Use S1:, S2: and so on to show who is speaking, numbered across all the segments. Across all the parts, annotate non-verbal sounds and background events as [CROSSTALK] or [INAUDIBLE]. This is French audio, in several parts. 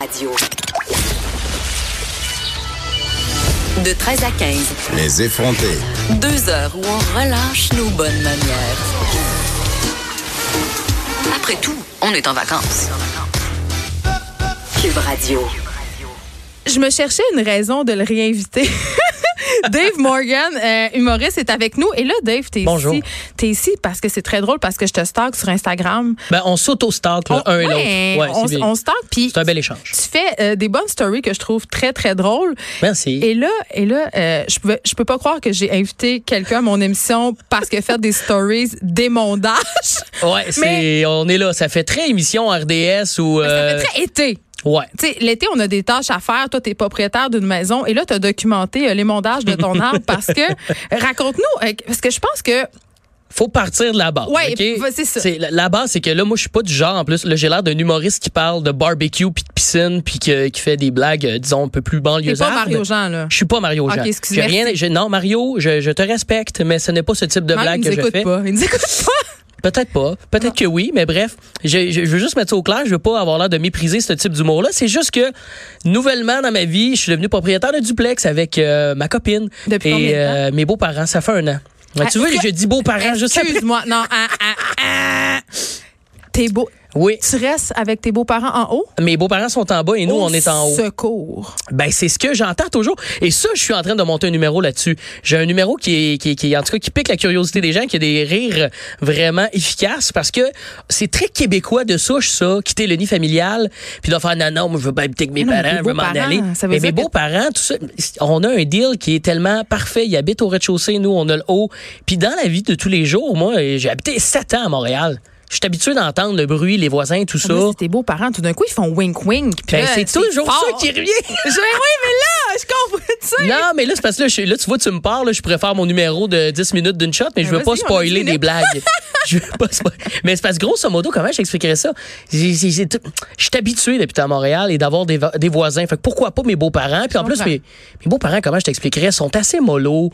S1: Radio. De 13 à 15.
S2: Les effronter.
S1: Deux heures où on relâche nos bonnes manières. Après tout, on est en vacances. Cube Radio.
S3: Je me cherchais une raison de le réinviter. [LAUGHS] Dave Morgan, euh, humoriste, est avec nous. Et là, Dave, t'es
S4: Bonjour.
S3: ici. T'es ici parce que c'est très drôle parce que je te stalk sur Instagram.
S4: Ben, on s'auto-stalk, là,
S3: On-
S4: un et l'autre.
S3: Ah, ouais,
S4: Ouais,
S3: on,
S4: c'est bien.
S3: on stalk, puis
S4: C'est un bel échange.
S3: tu fais euh, des bonnes stories que je trouve très, très drôles.
S4: Merci.
S3: Et là, et là euh, je, pouvais, je peux pas croire que j'ai invité quelqu'un à mon émission parce que faire des stories démondage, [LAUGHS]
S4: ouais, c'est, on est là. Ça fait très émission RDS ou.
S3: Ben, ça
S4: euh,
S3: fait très été.
S4: Ouais.
S3: Tu sais, l'été, on a des tâches à faire. Toi, tu es propriétaire d'une maison et là, tu as documenté euh, l'émondage de ton
S4: [LAUGHS]
S3: arbre parce que, raconte-nous, euh, parce que je pense que
S4: Faut partir de la base.
S3: Ouais,
S4: OK?
S3: va- c'est ça.
S4: la, la base, c'est que là, moi, je suis pas du genre. En plus, là, j'ai l'air d'un humoriste qui parle de barbecue puis de piscine puis que- qui fait des blagues, euh, disons, un peu plus
S3: t'es
S4: banlieusardes.
S3: pas Mario Jean, là.
S4: Je suis pas Mario
S3: Ok,
S4: Jean.
S3: excuse,
S4: J'ai
S3: merci.
S4: rien, j'ai- non, Mario, je, je te respecte, mais ce n'est pas ce type de
S3: Mario,
S4: blague
S3: il nous
S4: que je
S3: écoute
S4: fais.
S3: pas. Il nous écoute pas.
S4: Peut-être pas. Peut-être que oui, mais bref, je, je- je veux juste mettre ça au clair. Je veux pas avoir l'air de mépriser ce type d'humour-là. C'est juste que, nouvellement dans ma vie, je suis devenu propriétaire d'un duplex avec euh, ma copine
S3: Depuis combien
S4: et euh,
S3: de temps?
S4: mes beaux-parents. Ça fait un an. Ouais,
S3: Ah,
S4: tu vois,
S3: est-ce que-
S4: je dis beaux-parents juste après.
S3: Excuse-moi. Non, ah, ah, ah. T'es beau.
S4: Oui,
S3: Tu restes avec tes beaux-parents en haut?
S4: mes beaux-parents sont en bas et nous,
S3: Au
S4: on est en haut.
S3: Secours. Ah,
S4: Ben, c'est ce que j'entends toujours. Et ça, je suis en train de monter un numéro là-dessus. J'ai un numéro qui est, qui, est- qui est- en tout cas, qui pique la curiosité des gens, qui a des rires vraiment efficaces parce que c'est très québécois de souche, ça, quitter le nid familial, puis de faire, non, non, moi, je veux pas habiter avec mes
S3: Non, mais
S4: parents,
S3: tes
S4: je veux m'en
S3: beaux-parents,
S4: aller.
S3: ça veut
S4: Mais
S3: dire
S4: mes
S3: que-
S4: beaux-parents, tout ça, on a un deal qui est tellement parfait. Ils habitent au rez-de-chaussée, nous, on a le haut. Puis dans la vie de tous les jours, moi, j'ai habité sept ans à Montréal. Je suis habitué d'entendre le bruit, les voisins, tout ça.
S3: Là, c'est tes beaux-parents, tout d'un coup, ils font wink-wink. puis
S4: Ben,
S3: là,
S4: c'est toujours
S3: fort.
S4: ça qui revient.
S3: Je- oui, mais là, je comprends, tu sais.
S4: Non, mais là, c'est parce que là, je- là, tu vois, tu me parles, là, je préfère mon numéro de 10 minutes d'une shot, mais je
S3: Ben,
S4: veux pas
S3: vas-y, on a 10
S4: spoiler des
S3: minutes. [LAUGHS]
S4: blagues. je veux pas spoiler. Mais c'est parce que grosso modo, comment j'expliquerais ça? J'ai- j'ai- j'ai tout- Je suis habitué d'habiter à Montréal et d'avoir des, vo- des voisins. Fait que pourquoi pas mes beaux-parents? Puis en plus,
S3: comprends.
S4: mes, mes beaux-parents, comment je t'expliquerais, sont assez mollos.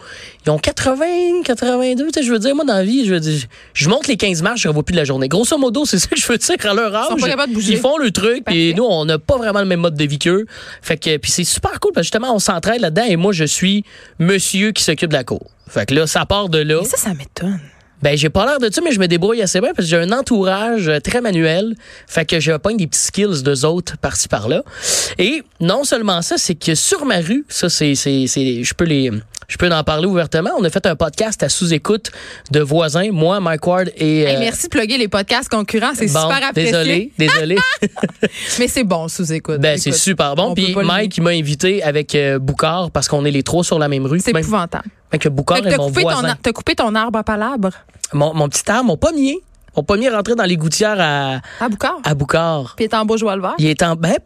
S4: Ils ont 80, 82. Tu sais, je veux dire, moi, dans la vie, je veux dire, je monte les 15 marches, je ne revois plus de la journée. Grosso modo, c'est ça que je veux dire à leur âge.
S3: pas capables de bouger.
S4: Ils font le truc,
S3: Parfait.
S4: puis nous, on n'a pas vraiment le même mode de vie qu'eux. Fait que, puis c'est super cool, parce que justement, on s'entraide là-dedans, et moi, je suis monsieur qui s'occupe de la cour. Fait que là, ça part de là.
S3: Mais ça, ça m'étonne.
S4: Ben, j'ai pas l'air de ça, mais je me débrouille assez bien parce que j'ai un entourage euh, très manuel. Fait que je pogne des petits skills d'eux autres par-ci par-là. Et non seulement ça, c'est que sur ma rue, ça, c'est, c'est, c'est, je peux les, je peux en parler ouvertement. On a fait un podcast à sous-écoute de voisins, moi, Mike Ward et.
S3: Hey,
S4: euh,
S3: merci de plugger les podcasts concurrents, c'est
S4: bon,
S3: super apprécié.
S4: désolé,
S3: [LAUGHS]
S4: désolé.
S3: Mais c'est bon sous écoute.
S4: ben, c'est
S3: Écoute,
S4: super
S3: on
S4: bon. Puis
S3: peut pas le
S4: Mike, il m'a invité avec euh, Boucard parce qu'on est les trois sur la même rue.
S3: nier. C'est
S4: Même-
S3: épouvantable.
S4: fait que Boucard
S3: Fait que
S4: Ben, est
S3: t'as
S4: mon
S3: coupé, ton
S4: voisin.
S3: ar- t'as coupé ton arbre à palabre
S4: Mon, mon petit arbre, mon pommier. Mon pommier est rentré dans les gouttières à,
S3: à Boucard.
S4: à Boucard.
S3: Puis il est en beau joie le vert.
S4: Il est en ben,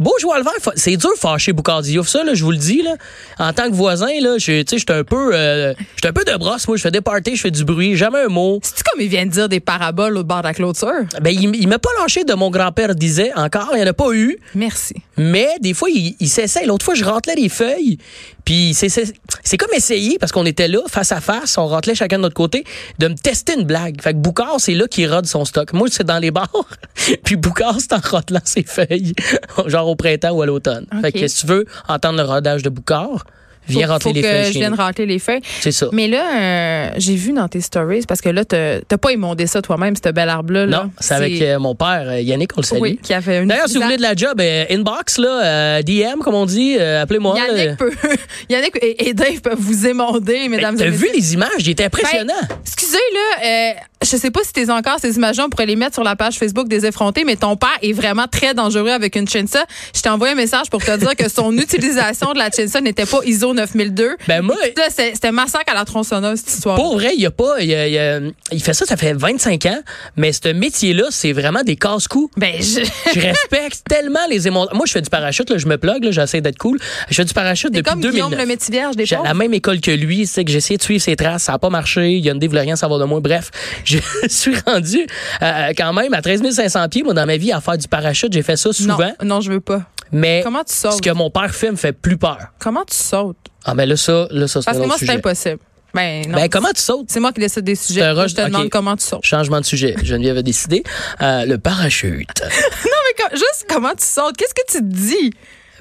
S4: beau joueur le vert, fa- c'est dur de fâcher Boucard Diouf ça là, je vous le dis là. En tant que voisin là, je tu sais j'étais un peu euh, j'étais un peu de brosse moi, je fais des parties, je fais du bruit, jamais un mot.
S3: C'est-tu comme il vient de dire des paraboles au bord de la clôture?
S4: Ben il, il m'a pas lâché de mon grand-père disait encore, il y en a pas eu,
S3: Merci.
S4: mais des fois il, il s'essaye. L'autre fois je rentelais les feuilles, puis c'est c'est c'est comme essayer parce qu'on était là face à face, on rentelait chacun de notre côté de me tester une blague. Fait que Boucard c'est là qu'il rode son stock. Moi c'est dans les bars, [LAUGHS] puis Boucard c'est en rotelant ses feuilles [LAUGHS] genre au printemps ou à l'automne.
S3: Ok.
S4: Fait que si tu veux entendre le rodage de Boucard, viens
S3: Faut-
S4: rentrer
S3: faut
S4: les
S3: que
S4: feuilles.
S3: Je
S4: chez
S3: viens de
S4: nous.
S3: racler les feuilles.
S4: C'est ça.
S3: Mais là, euh, j'ai vu dans tes stories, parce que là, t'as t'as pas émondé ça toi-même, ce bel arbre-là. là.
S4: Non, c'est avec euh, mon père euh, Yannick, on le salue.
S3: Oui, qui avait une.
S4: D'ailleurs, si vous voulez de la job, euh, inbox, là, euh, DM, comme on dit, euh, appelez-moi. là.
S3: Yannick, peut, [LAUGHS] Yannick et, et Dave peuvent vous émonder,
S4: Hey,
S3: mesdames
S4: T'as
S3: et
S4: vu
S3: messieurs. Ben,
S4: les images? Il était impressionnant.
S3: Excusez, là, euh, je sais pas si t'es encore ces images on pourrait les mettre sur la page Facebook des effrontés, mais ton père est vraiment très dangereux avec une chinsa. Je t'ai envoyé un message pour te dire que son
S4: [LAUGHS]
S3: utilisation de la chinsa n'était pas ISO 9002.
S4: Ben, moi,
S3: Là, c'est- C'était massacre à la tronçonneuse, cette histoire.
S4: Pour vrai, il y a pas. il y a- il y a- il fait ça, ça fait 25 ans, mais ce métier-là, c'est vraiment des casse-coups.
S3: Ben,
S4: [LAUGHS]
S3: je... [LAUGHS]
S4: Je respecte tellement les émondants. Moi, je fais du parachute, là, je me plug, là, j'essaie d'être cool. Je fais du parachute
S3: C'est
S4: depuis
S3: comme
S4: 2009.
S3: Guillaume le métier vierge des
S4: J'ai à
S3: pauvres.
S4: la même école que lui, c'est que j'ai essayé de suivre ses traces, ça n'a pas marché, il y a une voulait rien savoir de moi. Bref, [LAUGHS] je suis rendu euh, quand même à 13 500 pieds, moi, dans ma vie, à faire du parachute. J'ai fait ça souvent,
S3: Non, non, je veux pas.
S4: mais
S3: Comment tu
S4: ce
S3: sautes?
S4: que mon père fait me fait plus peur.
S3: Comment tu sautes?
S4: Ah, mais là, ça, là, ça, c'est
S3: Parce
S4: un
S3: que
S4: autre
S3: moi, c'est
S4: sujet.
S3: impossible. Ben, non.
S4: Ben, comment tu sautes?
S3: C'est moi qui décide des sujets.
S4: un
S3: Moi,
S4: rush-
S3: je te demande
S4: ok.
S3: comment tu sautes.
S4: Changement de sujet. Geneviève a décidé. Euh, le parachute.
S3: Non, mais comme- juste comment tu sautes. Qu'est-ce que tu te dis?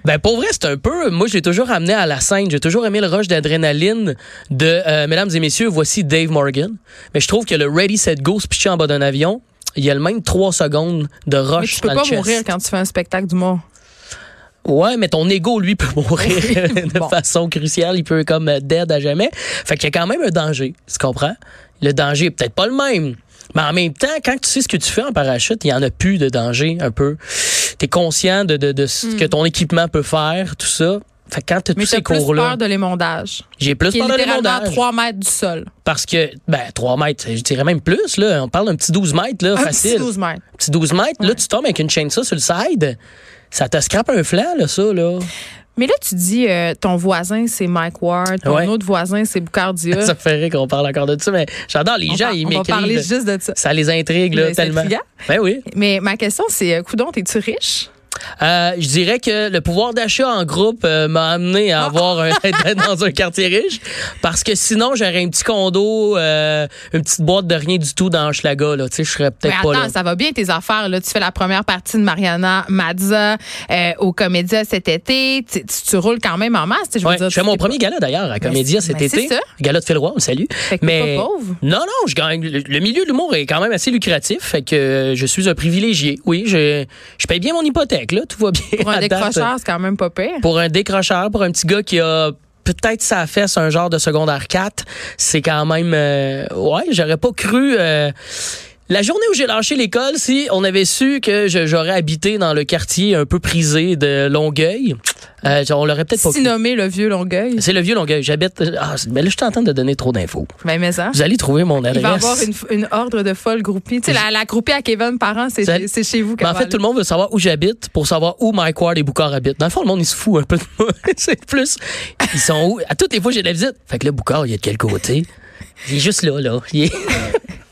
S4: Ben pour vrai, c'est un peu. Moi, j'ai toujours amené à la scène. J'ai toujours aimé le rush d'adrénaline de euh, mesdames et messieurs. Voici Dave Morgan. Mais je trouve que le Ready Set Go se pitcher en bas d'un avion, il y a le même trois secondes de
S3: Mais
S4: rush
S3: tu peux
S4: dans
S3: pas
S4: le chest.
S3: mourir quand tu fais un spectacle d'humour.
S4: Ouais, mais ton ego lui peut mourir [LAUGHS]
S3: [LAUGHS]
S4: de
S3: Bon.
S4: façon cruciale. Il peut comme euh, dead à jamais. Fait qu'il y a quand même un danger. Tu comprends Le danger est peut-être pas le même. Mais en même temps, quand tu sais ce que tu fais en parachute, il y en a plus de danger un peu. T'es conscient de, de, de ce que ton équipement peut faire, tout ça. Fait que quand t'as
S3: Hmm. Mais
S4: tous
S3: tu
S4: ces
S3: as plus
S4: cours-là.
S3: peur de l'émondage.
S4: J'ai plus
S3: Qui est
S4: parlé de
S3: littéralement à
S4: l'épandage.
S3: 3 mètres du sol.
S4: Parce que, ben, 3 mètres, je dirais même plus, là. On parle d'un petit 12 mètres, là,
S3: Un
S4: facile.
S3: petit 12 mètres.
S4: Petit 12 mètres, là, tu tombes avec une chaîne ça sur le side. Ça te scrape un flanc, là, ça, là.
S3: Mais là, tu dis, euh, ton voisin, c'est Mike Ward. Ton
S4: Ouais.
S3: autre voisin, c'est Boucardia.
S4: [LAUGHS] Ça me fait rire qu'on parle encore de ça, mais j'adore les
S3: on
S4: gens,
S3: va,
S4: ils
S3: on va parler
S4: m'écrivent.
S3: juste de ça.
S4: Ça les intrigue, là,
S3: Mais c'est
S4: tellement.
S3: intriguant.
S4: Ben oui.
S3: Mais ma question, c'est, euh, coudon, es-tu riche?
S4: Euh, je dirais que le pouvoir d'achat en groupe euh, m'a amené
S3: Ah!
S4: à
S3: [LAUGHS]
S4: avoir un, être dans un quartier riche parce que sinon j'aurais un petit condo, euh, une petite boîte de rien du tout dans Hochelaga là, tu sais, je serais
S3: Mais
S4: peut-être pas
S3: attends,
S4: là.
S3: ça va bien tes affaires. Là. Tu fais la première partie de Mariana Mazza euh, au Comédia cet été. Tu, tu- tu roules quand même en masse. tu sais, Je veux
S4: Ouais,
S3: dire,
S4: je fais
S3: tu
S4: mon
S3: t'es pas-
S4: premier gala d'ailleurs à Comédia
S3: c'est-
S4: cet
S3: mais c'est
S4: été.
S3: ça.
S4: Gala de Filroy, on le salue.
S3: Fait que t'es pas pauvre.
S4: Non, non, je gagne. Le le milieu de l'humour est quand même assez lucratif. Fait que euh, je suis un privilégié. Oui, je, je paye bien mon hypothèque, là. Tout va bien.
S3: Pour
S4: à
S3: un
S4: date.
S3: décrocheur, c'est quand même pas pire.
S4: Pour un décrocheur, pour un petit gars qui a peut-être sa fesse un genre de secondaire 4, c'est quand même. euh, ouais, j'aurais pas cru. euh, la journée où j'ai lâché l'école, si on avait su que je- j'aurais habité dans le quartier un peu prisé de Longueuil, euh, on l'aurait peut-être pas
S3: Si
S4: cru.
S3: nommé le vieux Longueuil,
S4: C'est le vieux Longueuil. J'habite. Ah, mais là, je suis en train de donner trop d'infos.
S3: ben mais ça.
S4: Vous allez trouver mon adresse.
S3: Il va y avoir une, une ordre de folles groupies. Tu sais, la, la groupie à Kevin Parent, c'est
S4: Ça-
S3: c'est chez vous.
S4: Mais Ben, en fait, tout le monde veut savoir où j'habite pour savoir où Mike Ward et Boucard habitent. Dans le fond, le monde, il se fout un peu de moi. [LAUGHS] C'est plus, ils sont où? À toutes les fois, j'ai de la visite. Fait que là, Boucard, il est de quel côté? Il est juste là, là. Il, est-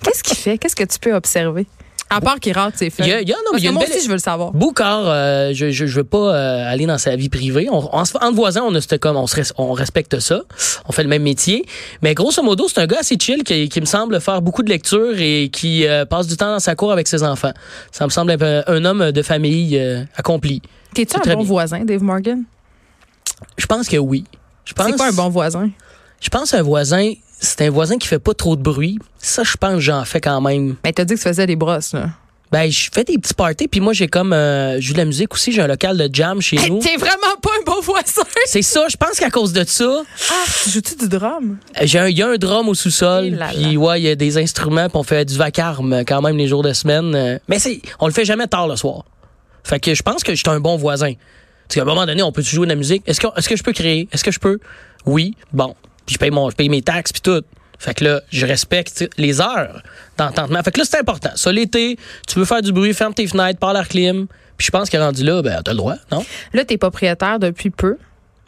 S3: Qu'est-ce qu'il fait? Qu'est-ce que tu peux observer? À part qu'il rate ses
S4: il
S3: feuilles.
S4: y a, il y a- non, mais
S3: Parce
S4: il y a
S3: que
S4: une
S3: moi
S4: belle-
S3: aussi, je veux le savoir.
S4: Boucard, euh, je, je, je veux pas euh, aller dans sa vie privée. On, en, en voisin, on, a cette- comme, on, se res- on respecte ça. On fait le même métier. Mais grosso modo, c'est un gars assez chill qui, qui me semble faire beaucoup de lectures et qui euh, passe du temps dans sa cour avec ses enfants. Ça me semble un, peu- un homme de famille euh, accompli.
S3: T'es-tu
S4: c'est
S3: un
S4: très
S3: bon
S4: bien.
S3: voisin, Dave Morgan?
S4: Je pense que oui. Je pense,
S3: C'est quoi un bon voisin?
S4: Je pense un voisin, c'est un voisin qui fait pas trop de bruit. Ça, je pense que j'en fais quand même.
S3: Ben, t'as dit que tu faisais des brosses, là.
S4: Ben, je fais des petits parties, puis moi, j'ai comme, euh, je joue de la musique aussi, j'ai un local de jam chez nous.
S3: T'es vraiment pas un bon voisin!
S4: C'est ça, je pense qu'à cause de ça, euh,
S3: Ah, joues-tu du drum?
S4: j'ai un, il y a un drum au
S3: Et
S4: sous-sol,
S3: Eh là
S4: puis ouais, il y a des instruments, puis on fait du vacarme quand même les jours de semaine. euh, Mais c'est, on le fait jamais tard le soir. Fait que je pense que j'étais un bon voisin. Parce qu'à un moment donné, on peut jouer de la musique. Est-ce que, est-ce que je peux créer? Est-ce que je peux? Oui. Bon. Puis je paye mon, je paye mes taxes puis tout. Fait que là, je respecte les heures d'entendement. Fait que là, c'est important. Ça, l'été, tu veux faire du bruit, ferme tes fenêtres, parle à clim. Puis je pense que rendu là, ben, t'as le droit, non?
S3: Là, t'es propriétaire depuis peu.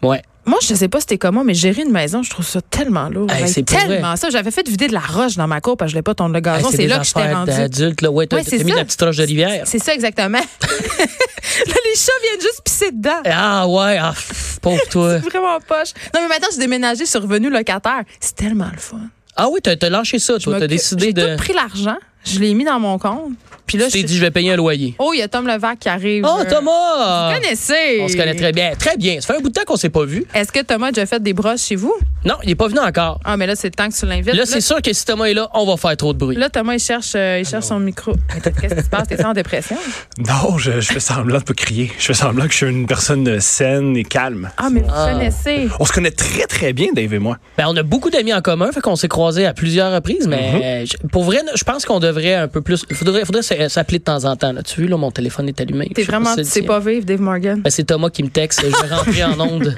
S4: Ouais.
S3: Moi, je sais pas si t'es comment, mais gérer une maison, je trouve ça tellement lourd.
S4: Hey,
S3: Hey,
S4: c'est pour
S3: tellement ça. J'avais fait vider de la roche dans ma cour parce que je voulais pas tourner le gazon.
S4: Hey,
S3: c'est
S4: des
S3: là que je t'ai
S4: affaires
S3: rendu.
S4: d'adulte, là. Ouais, t'as
S3: Ouais,
S4: t'as
S3: c'est
S4: mis
S3: ça.
S4: la petite roche de rivière.
S3: C'est ça, exactement. [LAUGHS] là, les chats viennent juste pisser dedans. [LAUGHS]
S4: Ah, ouais, ah, pff, pauvre toi.
S3: C'est vraiment poche. Non, mais maintenant, j'ai déménagé, je suis revenue locataire. C'est tellement le fun.
S4: Ah oui, t'as t'as lâché ça,
S3: Je
S4: toi. T'as
S3: m'occupe-
S4: décidé
S3: J'ai
S4: de.
S3: tout pris l'argent, je l'ai mis dans mon compte. Puis là,
S4: Tu t'es
S3: je-
S4: dit, je vais payer un loyer.
S3: Oh, il y a Tom Levac qui arrive.
S4: Oh,
S3: Euh,
S4: Thomas!
S3: Vous connaissez.
S4: On se connaît très bien. Très bien. Ça fait un bout de temps qu'on s'est pas vu.
S3: Est-ce que Thomas a déjà fait des brosses chez vous?
S4: Non, il est pas venu encore.
S3: Ah, mais là, c'est le temps que tu l'invites.
S4: Là, c'est sûr que si Thomas est là, on va faire trop de bruit.
S3: là, Thomas, il cherche, euh, il cherche son micro. Mais Qu'est-ce qui se passe? T'es en dépression?
S2: Non, je, je fais semblant de pas crier. Je fais semblant que je suis une personne euh, saine et calme.
S3: Ah, mais vous connaissez.
S2: On se connaît très, très bien, Dave et moi.
S4: Ben, on a beaucoup d'amis en commun, fait qu'on s'est croisés à plusieurs reprises, mais euh, je- pour vrai, je pense qu'on devrait un peu plus. Il faudrait, faudrait s- s'appeler de temps en temps. Là. Tu vois, là, mon téléphone est allumé.
S3: T'es
S4: Je sais pas
S3: vraiment,
S4: si
S3: tu sais
S4: le
S3: pas vivre, Dave Morgan.
S4: tien. Ben, c'est Thomas qui me texte. Je vais rentrer
S3: [LAUGHS]
S4: en onde.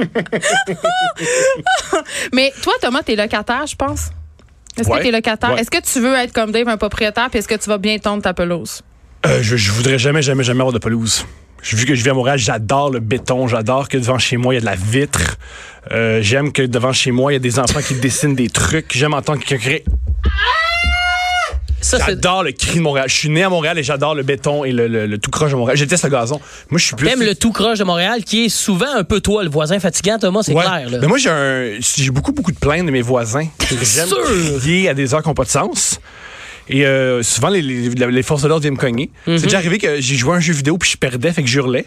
S3: Mais toi, Thomas, t'es locataire, je pense. Est-ce que
S2: Ouais.
S3: t'es locataire?
S2: Ouais.
S3: Est-ce que tu veux être comme Dave, un propriétaire, puis est-ce que tu vas bien tondre ta pelouse? [LAUGHS]
S2: Euh, je, je voudrais jamais, jamais, jamais avoir de pelouse. Je- Vu que je vis à Montréal, j'adore le béton. J'adore que devant chez moi, il y a de la vitre. Euh, J'aime que devant chez moi, il y a des enfants qui dessinent des trucs. J'aime entendre quelqu'un crier.
S4: Ça, c'est-
S2: J'adore le cri de Montréal. Je suis né à Montréal et j'adore le béton et le, le- le tout croche de Montréal. Je déteste le gazon. Moi, je suis plus.
S4: Même le tout croche de Montréal, qui est souvent un peu toi, le voisin fatigant, Thomas, c'est
S2: Ouais.
S4: clair. Là.
S2: Mais moi, euh, j'ai un- j'ai beaucoup, beaucoup de plaintes de
S4: [LAUGHS]
S2: mes voisins. J'aime
S4: sûr.
S2: crier à des heures qui n'ont pas de sens. Et euh, souvent, les, les, les forces de l'ordre viennent me cogner.
S4: Mhm.
S2: C'est déjà arrivé que j'ai joué à un jeu vidéo puis je perdais, fait que j'hurlais.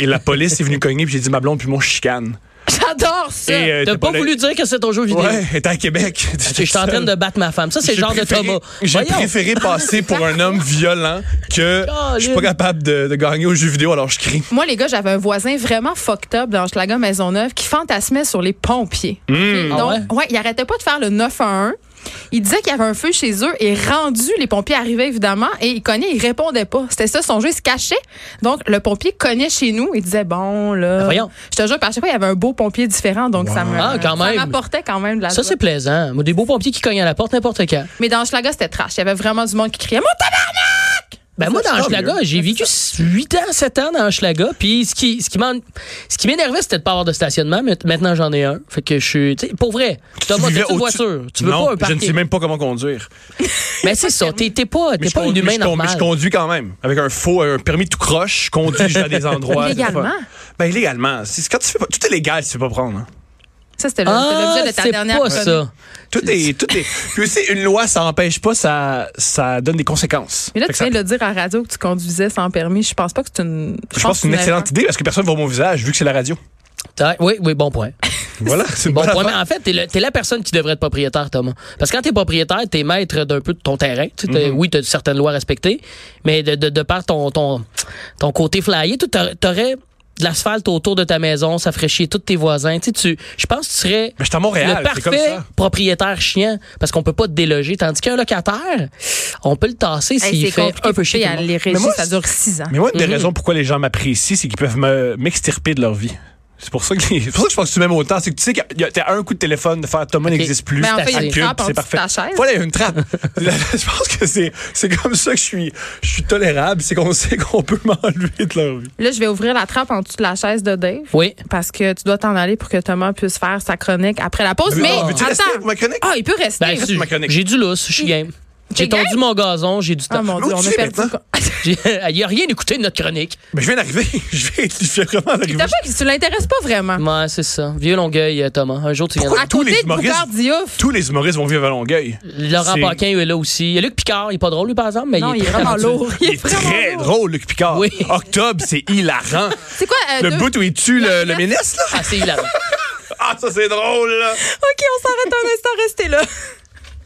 S2: Et la police est venue cogner puis j'ai dit ma blonde puis mon chicane.
S4: J'adore ça!
S2: Et, euh,
S4: T'as
S2: t'es
S4: pas,
S2: pas le-
S4: voulu dire que c'est ton jeu vidéo.
S2: Ouais, elle était à Québec.
S4: Je suis en train de battre ma femme. Ça, c'est le
S2: [LAUGHS] J'ai
S4: genre
S2: préféré-
S4: de Thomas.
S2: J'ai
S4: Voyons.
S2: préféré passer pour un homme violent que je suis pas capable de, de gagner aux jeux vidéo, alors je crie.
S3: Moi, les gars, j'avais un voisin vraiment fucked up dans Schlager Maisonneuve qui fantasmait sur les pompiers.
S2: Hmm.
S4: Ah
S3: Donc, ouais? il arrêtait pas de faire le 911. Il disait qu'il y avait un feu chez eux et rendu, les pompiers arrivaient évidemment et il cognait, il répondait pas. C'était ça son jeu, il se cachait. Donc, le pompier cognait chez nous et disait bon, là.
S4: Ben, voyons.
S3: Je te jure, par chaque fois, il y avait un beau pompier différent, donc ça me-
S4: Ah, quand
S3: ça
S4: même.
S3: m'apportait quand même de la
S4: Ça,
S3: joie.
S4: c'est plaisant. Moi, Des beaux pompiers qui cognent à la porte n'importe quand.
S3: Mais dans Schlager, c'était trash. Il y avait vraiment du monde qui criait Mon tabarnak!
S4: Ben moi,
S2: Ça,
S4: dans
S2: c'est
S4: Hochelaga,
S2: mieux.
S4: j'ai vécu 8 ans, 7 ans dans Hochelaga. Puis ce qui, ce qui m'en- ce qui m'énervait, c'était de pas avoir de stationnement. Mais maintenant, j'en ai un. Fait que je suis. tu sais, Pour vrai, Thomas,
S2: vivais
S4: t'as une
S2: au-dessus-
S4: voiture. Tu veux
S2: non,
S4: pas un
S2: je ne sais
S4: parking.
S2: même pas comment conduire.
S4: Mais c'est ça. T'es t'es pas,
S2: Mais
S4: t'es
S2: je
S4: pas un
S2: conduis-
S4: humain
S2: mais je con- mais
S4: normal.
S2: je conduis quand même. Avec un faux, un permis tout croche, je conduis, je vais
S4: [LAUGHS]
S2: à des endroits.
S3: Légalement?
S2: des fois. Ben, illégalement. C'est- Quand tu fais pas, tout est légal si tu peux pas prendre. hein.
S3: Ça, c'était le- c'était
S4: Ah,
S3: l'objet de ta
S4: c'est
S3: dernière
S4: pas
S3: chronique.
S4: ça.
S2: Tout est, tout est. Puis aussi, une loi, ça empêche pas, ça, ça donne des conséquences.
S3: Mais là, tu
S2: Fait que ça-
S3: viens de le dire à la radio que tu conduisais sans permis. Je pense pas que c'est une.
S2: je pense que c'est une excellente idée parce que personne ne voit mon visage vu que c'est
S4: [LAUGHS]
S2: la radio.
S4: T'as- Oui, oui, bon point.
S2: Voilà, c'est une
S4: Bon
S2: bonne
S4: point.
S2: affaire.
S4: Mais en fait, t'es le- t'es la personne qui devrait être propriétaire, Thomas. Parce que quand t'es propriétaire, t'es maître d'un peu de ton terrain. Tu sais,
S2: Mm-hmm.
S4: t'as- Oui, t'as certaines lois à respecter, mais de, de, de par ton, ton, ton côté flyé, tu t'a- t'aurais de l'asphalte autour de ta maison, ça ferait chier tous tes voisins. Tu sais, tu, je pense que tu serais
S2: Mais j'étais à Montréal,
S4: le
S2: c'est comme
S4: parfait
S2: ça.
S4: propriétaire chien parce qu'on peut pas te déloger. Tandis qu'un locataire, on peut le tasser
S3: Hey,
S4: s'il
S3: c'est
S4: fait
S3: compliqué
S4: un peu chier. tout le
S3: à
S4: monde.
S3: les
S2: Mais moi,
S3: régir, ça dure six ans.
S2: Mais moi, une des raisons pourquoi les gens m'apprécient, c'est qu'ils peuvent me- m'extirper de leur vie. C'est pour, ça que, c'est pour ça que je pense que tu m'aimes autant. C'est que tu sais que t'as un coup de téléphone de faire Thomas n'existe plus.
S3: Ben, en fait, il y a une
S2: Cube,
S3: trappe en
S2: c'est
S3: dessous de
S2: parfait.
S3: ta chaise.
S2: Voilà, il y a une trappe. [LAUGHS] je pense que c'est, c'est comme ça que je suis, je suis tolérable. C'est qu'on sait qu'on peut m'enlever de leur vie.
S3: Là, je vais ouvrir la trappe en dessous de la chaise de Dave.
S4: Oui.
S3: Parce que tu dois t'en aller pour que Thomas puisse faire sa chronique après la pause.
S2: Mais-
S3: Mais,
S2: oh, veux-tu
S3: attends.
S2: rester pour ma chronique?
S3: Ah, il peut rester.
S4: Ben,
S2: ma chronique.
S4: j'ai du lousse, je suis game. J'ai
S3: game?
S4: tondu mon gazon, j'ai du temps.
S3: ah
S4: [LAUGHS]
S3: mon dieu,
S2: L'autre,
S3: on
S2: tu
S3: a
S2: sais
S3: perdu.
S2: maintenant.
S4: Il n'y a rien écouté de notre chronique.
S2: Mais je viens d'arriver. [LAUGHS] Je viens, je viens vraiment d'arriver.
S3: T'as pas que tu l'intéresses pas vraiment.
S4: Ouais, c'est ça. Vieux Longueuil, euh, Thomas. Un jour, tu viendras.
S3: À côté de Boucard Diouf.
S2: tous les humoristes vont vivre à Longueuil.
S4: Laurent
S2: C'est-
S4: Paquin est là aussi. Il y a Luc Picard, il est pas drôle, lui, par exemple, mais
S3: Non,
S2: [LAUGHS]
S4: il est très
S3: vraiment
S4: talentueux.
S3: lourd. Il est
S2: Très
S3: vraiment lourd.
S2: drôle, Luc Picard.
S4: Oui.
S2: Octobre, c'est
S3: [LAUGHS]
S2: hilarant.
S3: C'est quoi? euh,
S2: Le
S3: deux-
S2: bout où il tue le, le
S3: La-
S2: ministre, là.
S4: Ah, c'est hilarant.
S2: Ah, ça, c'est drôle, là.
S3: OK, on s'arrête un instant, restez là.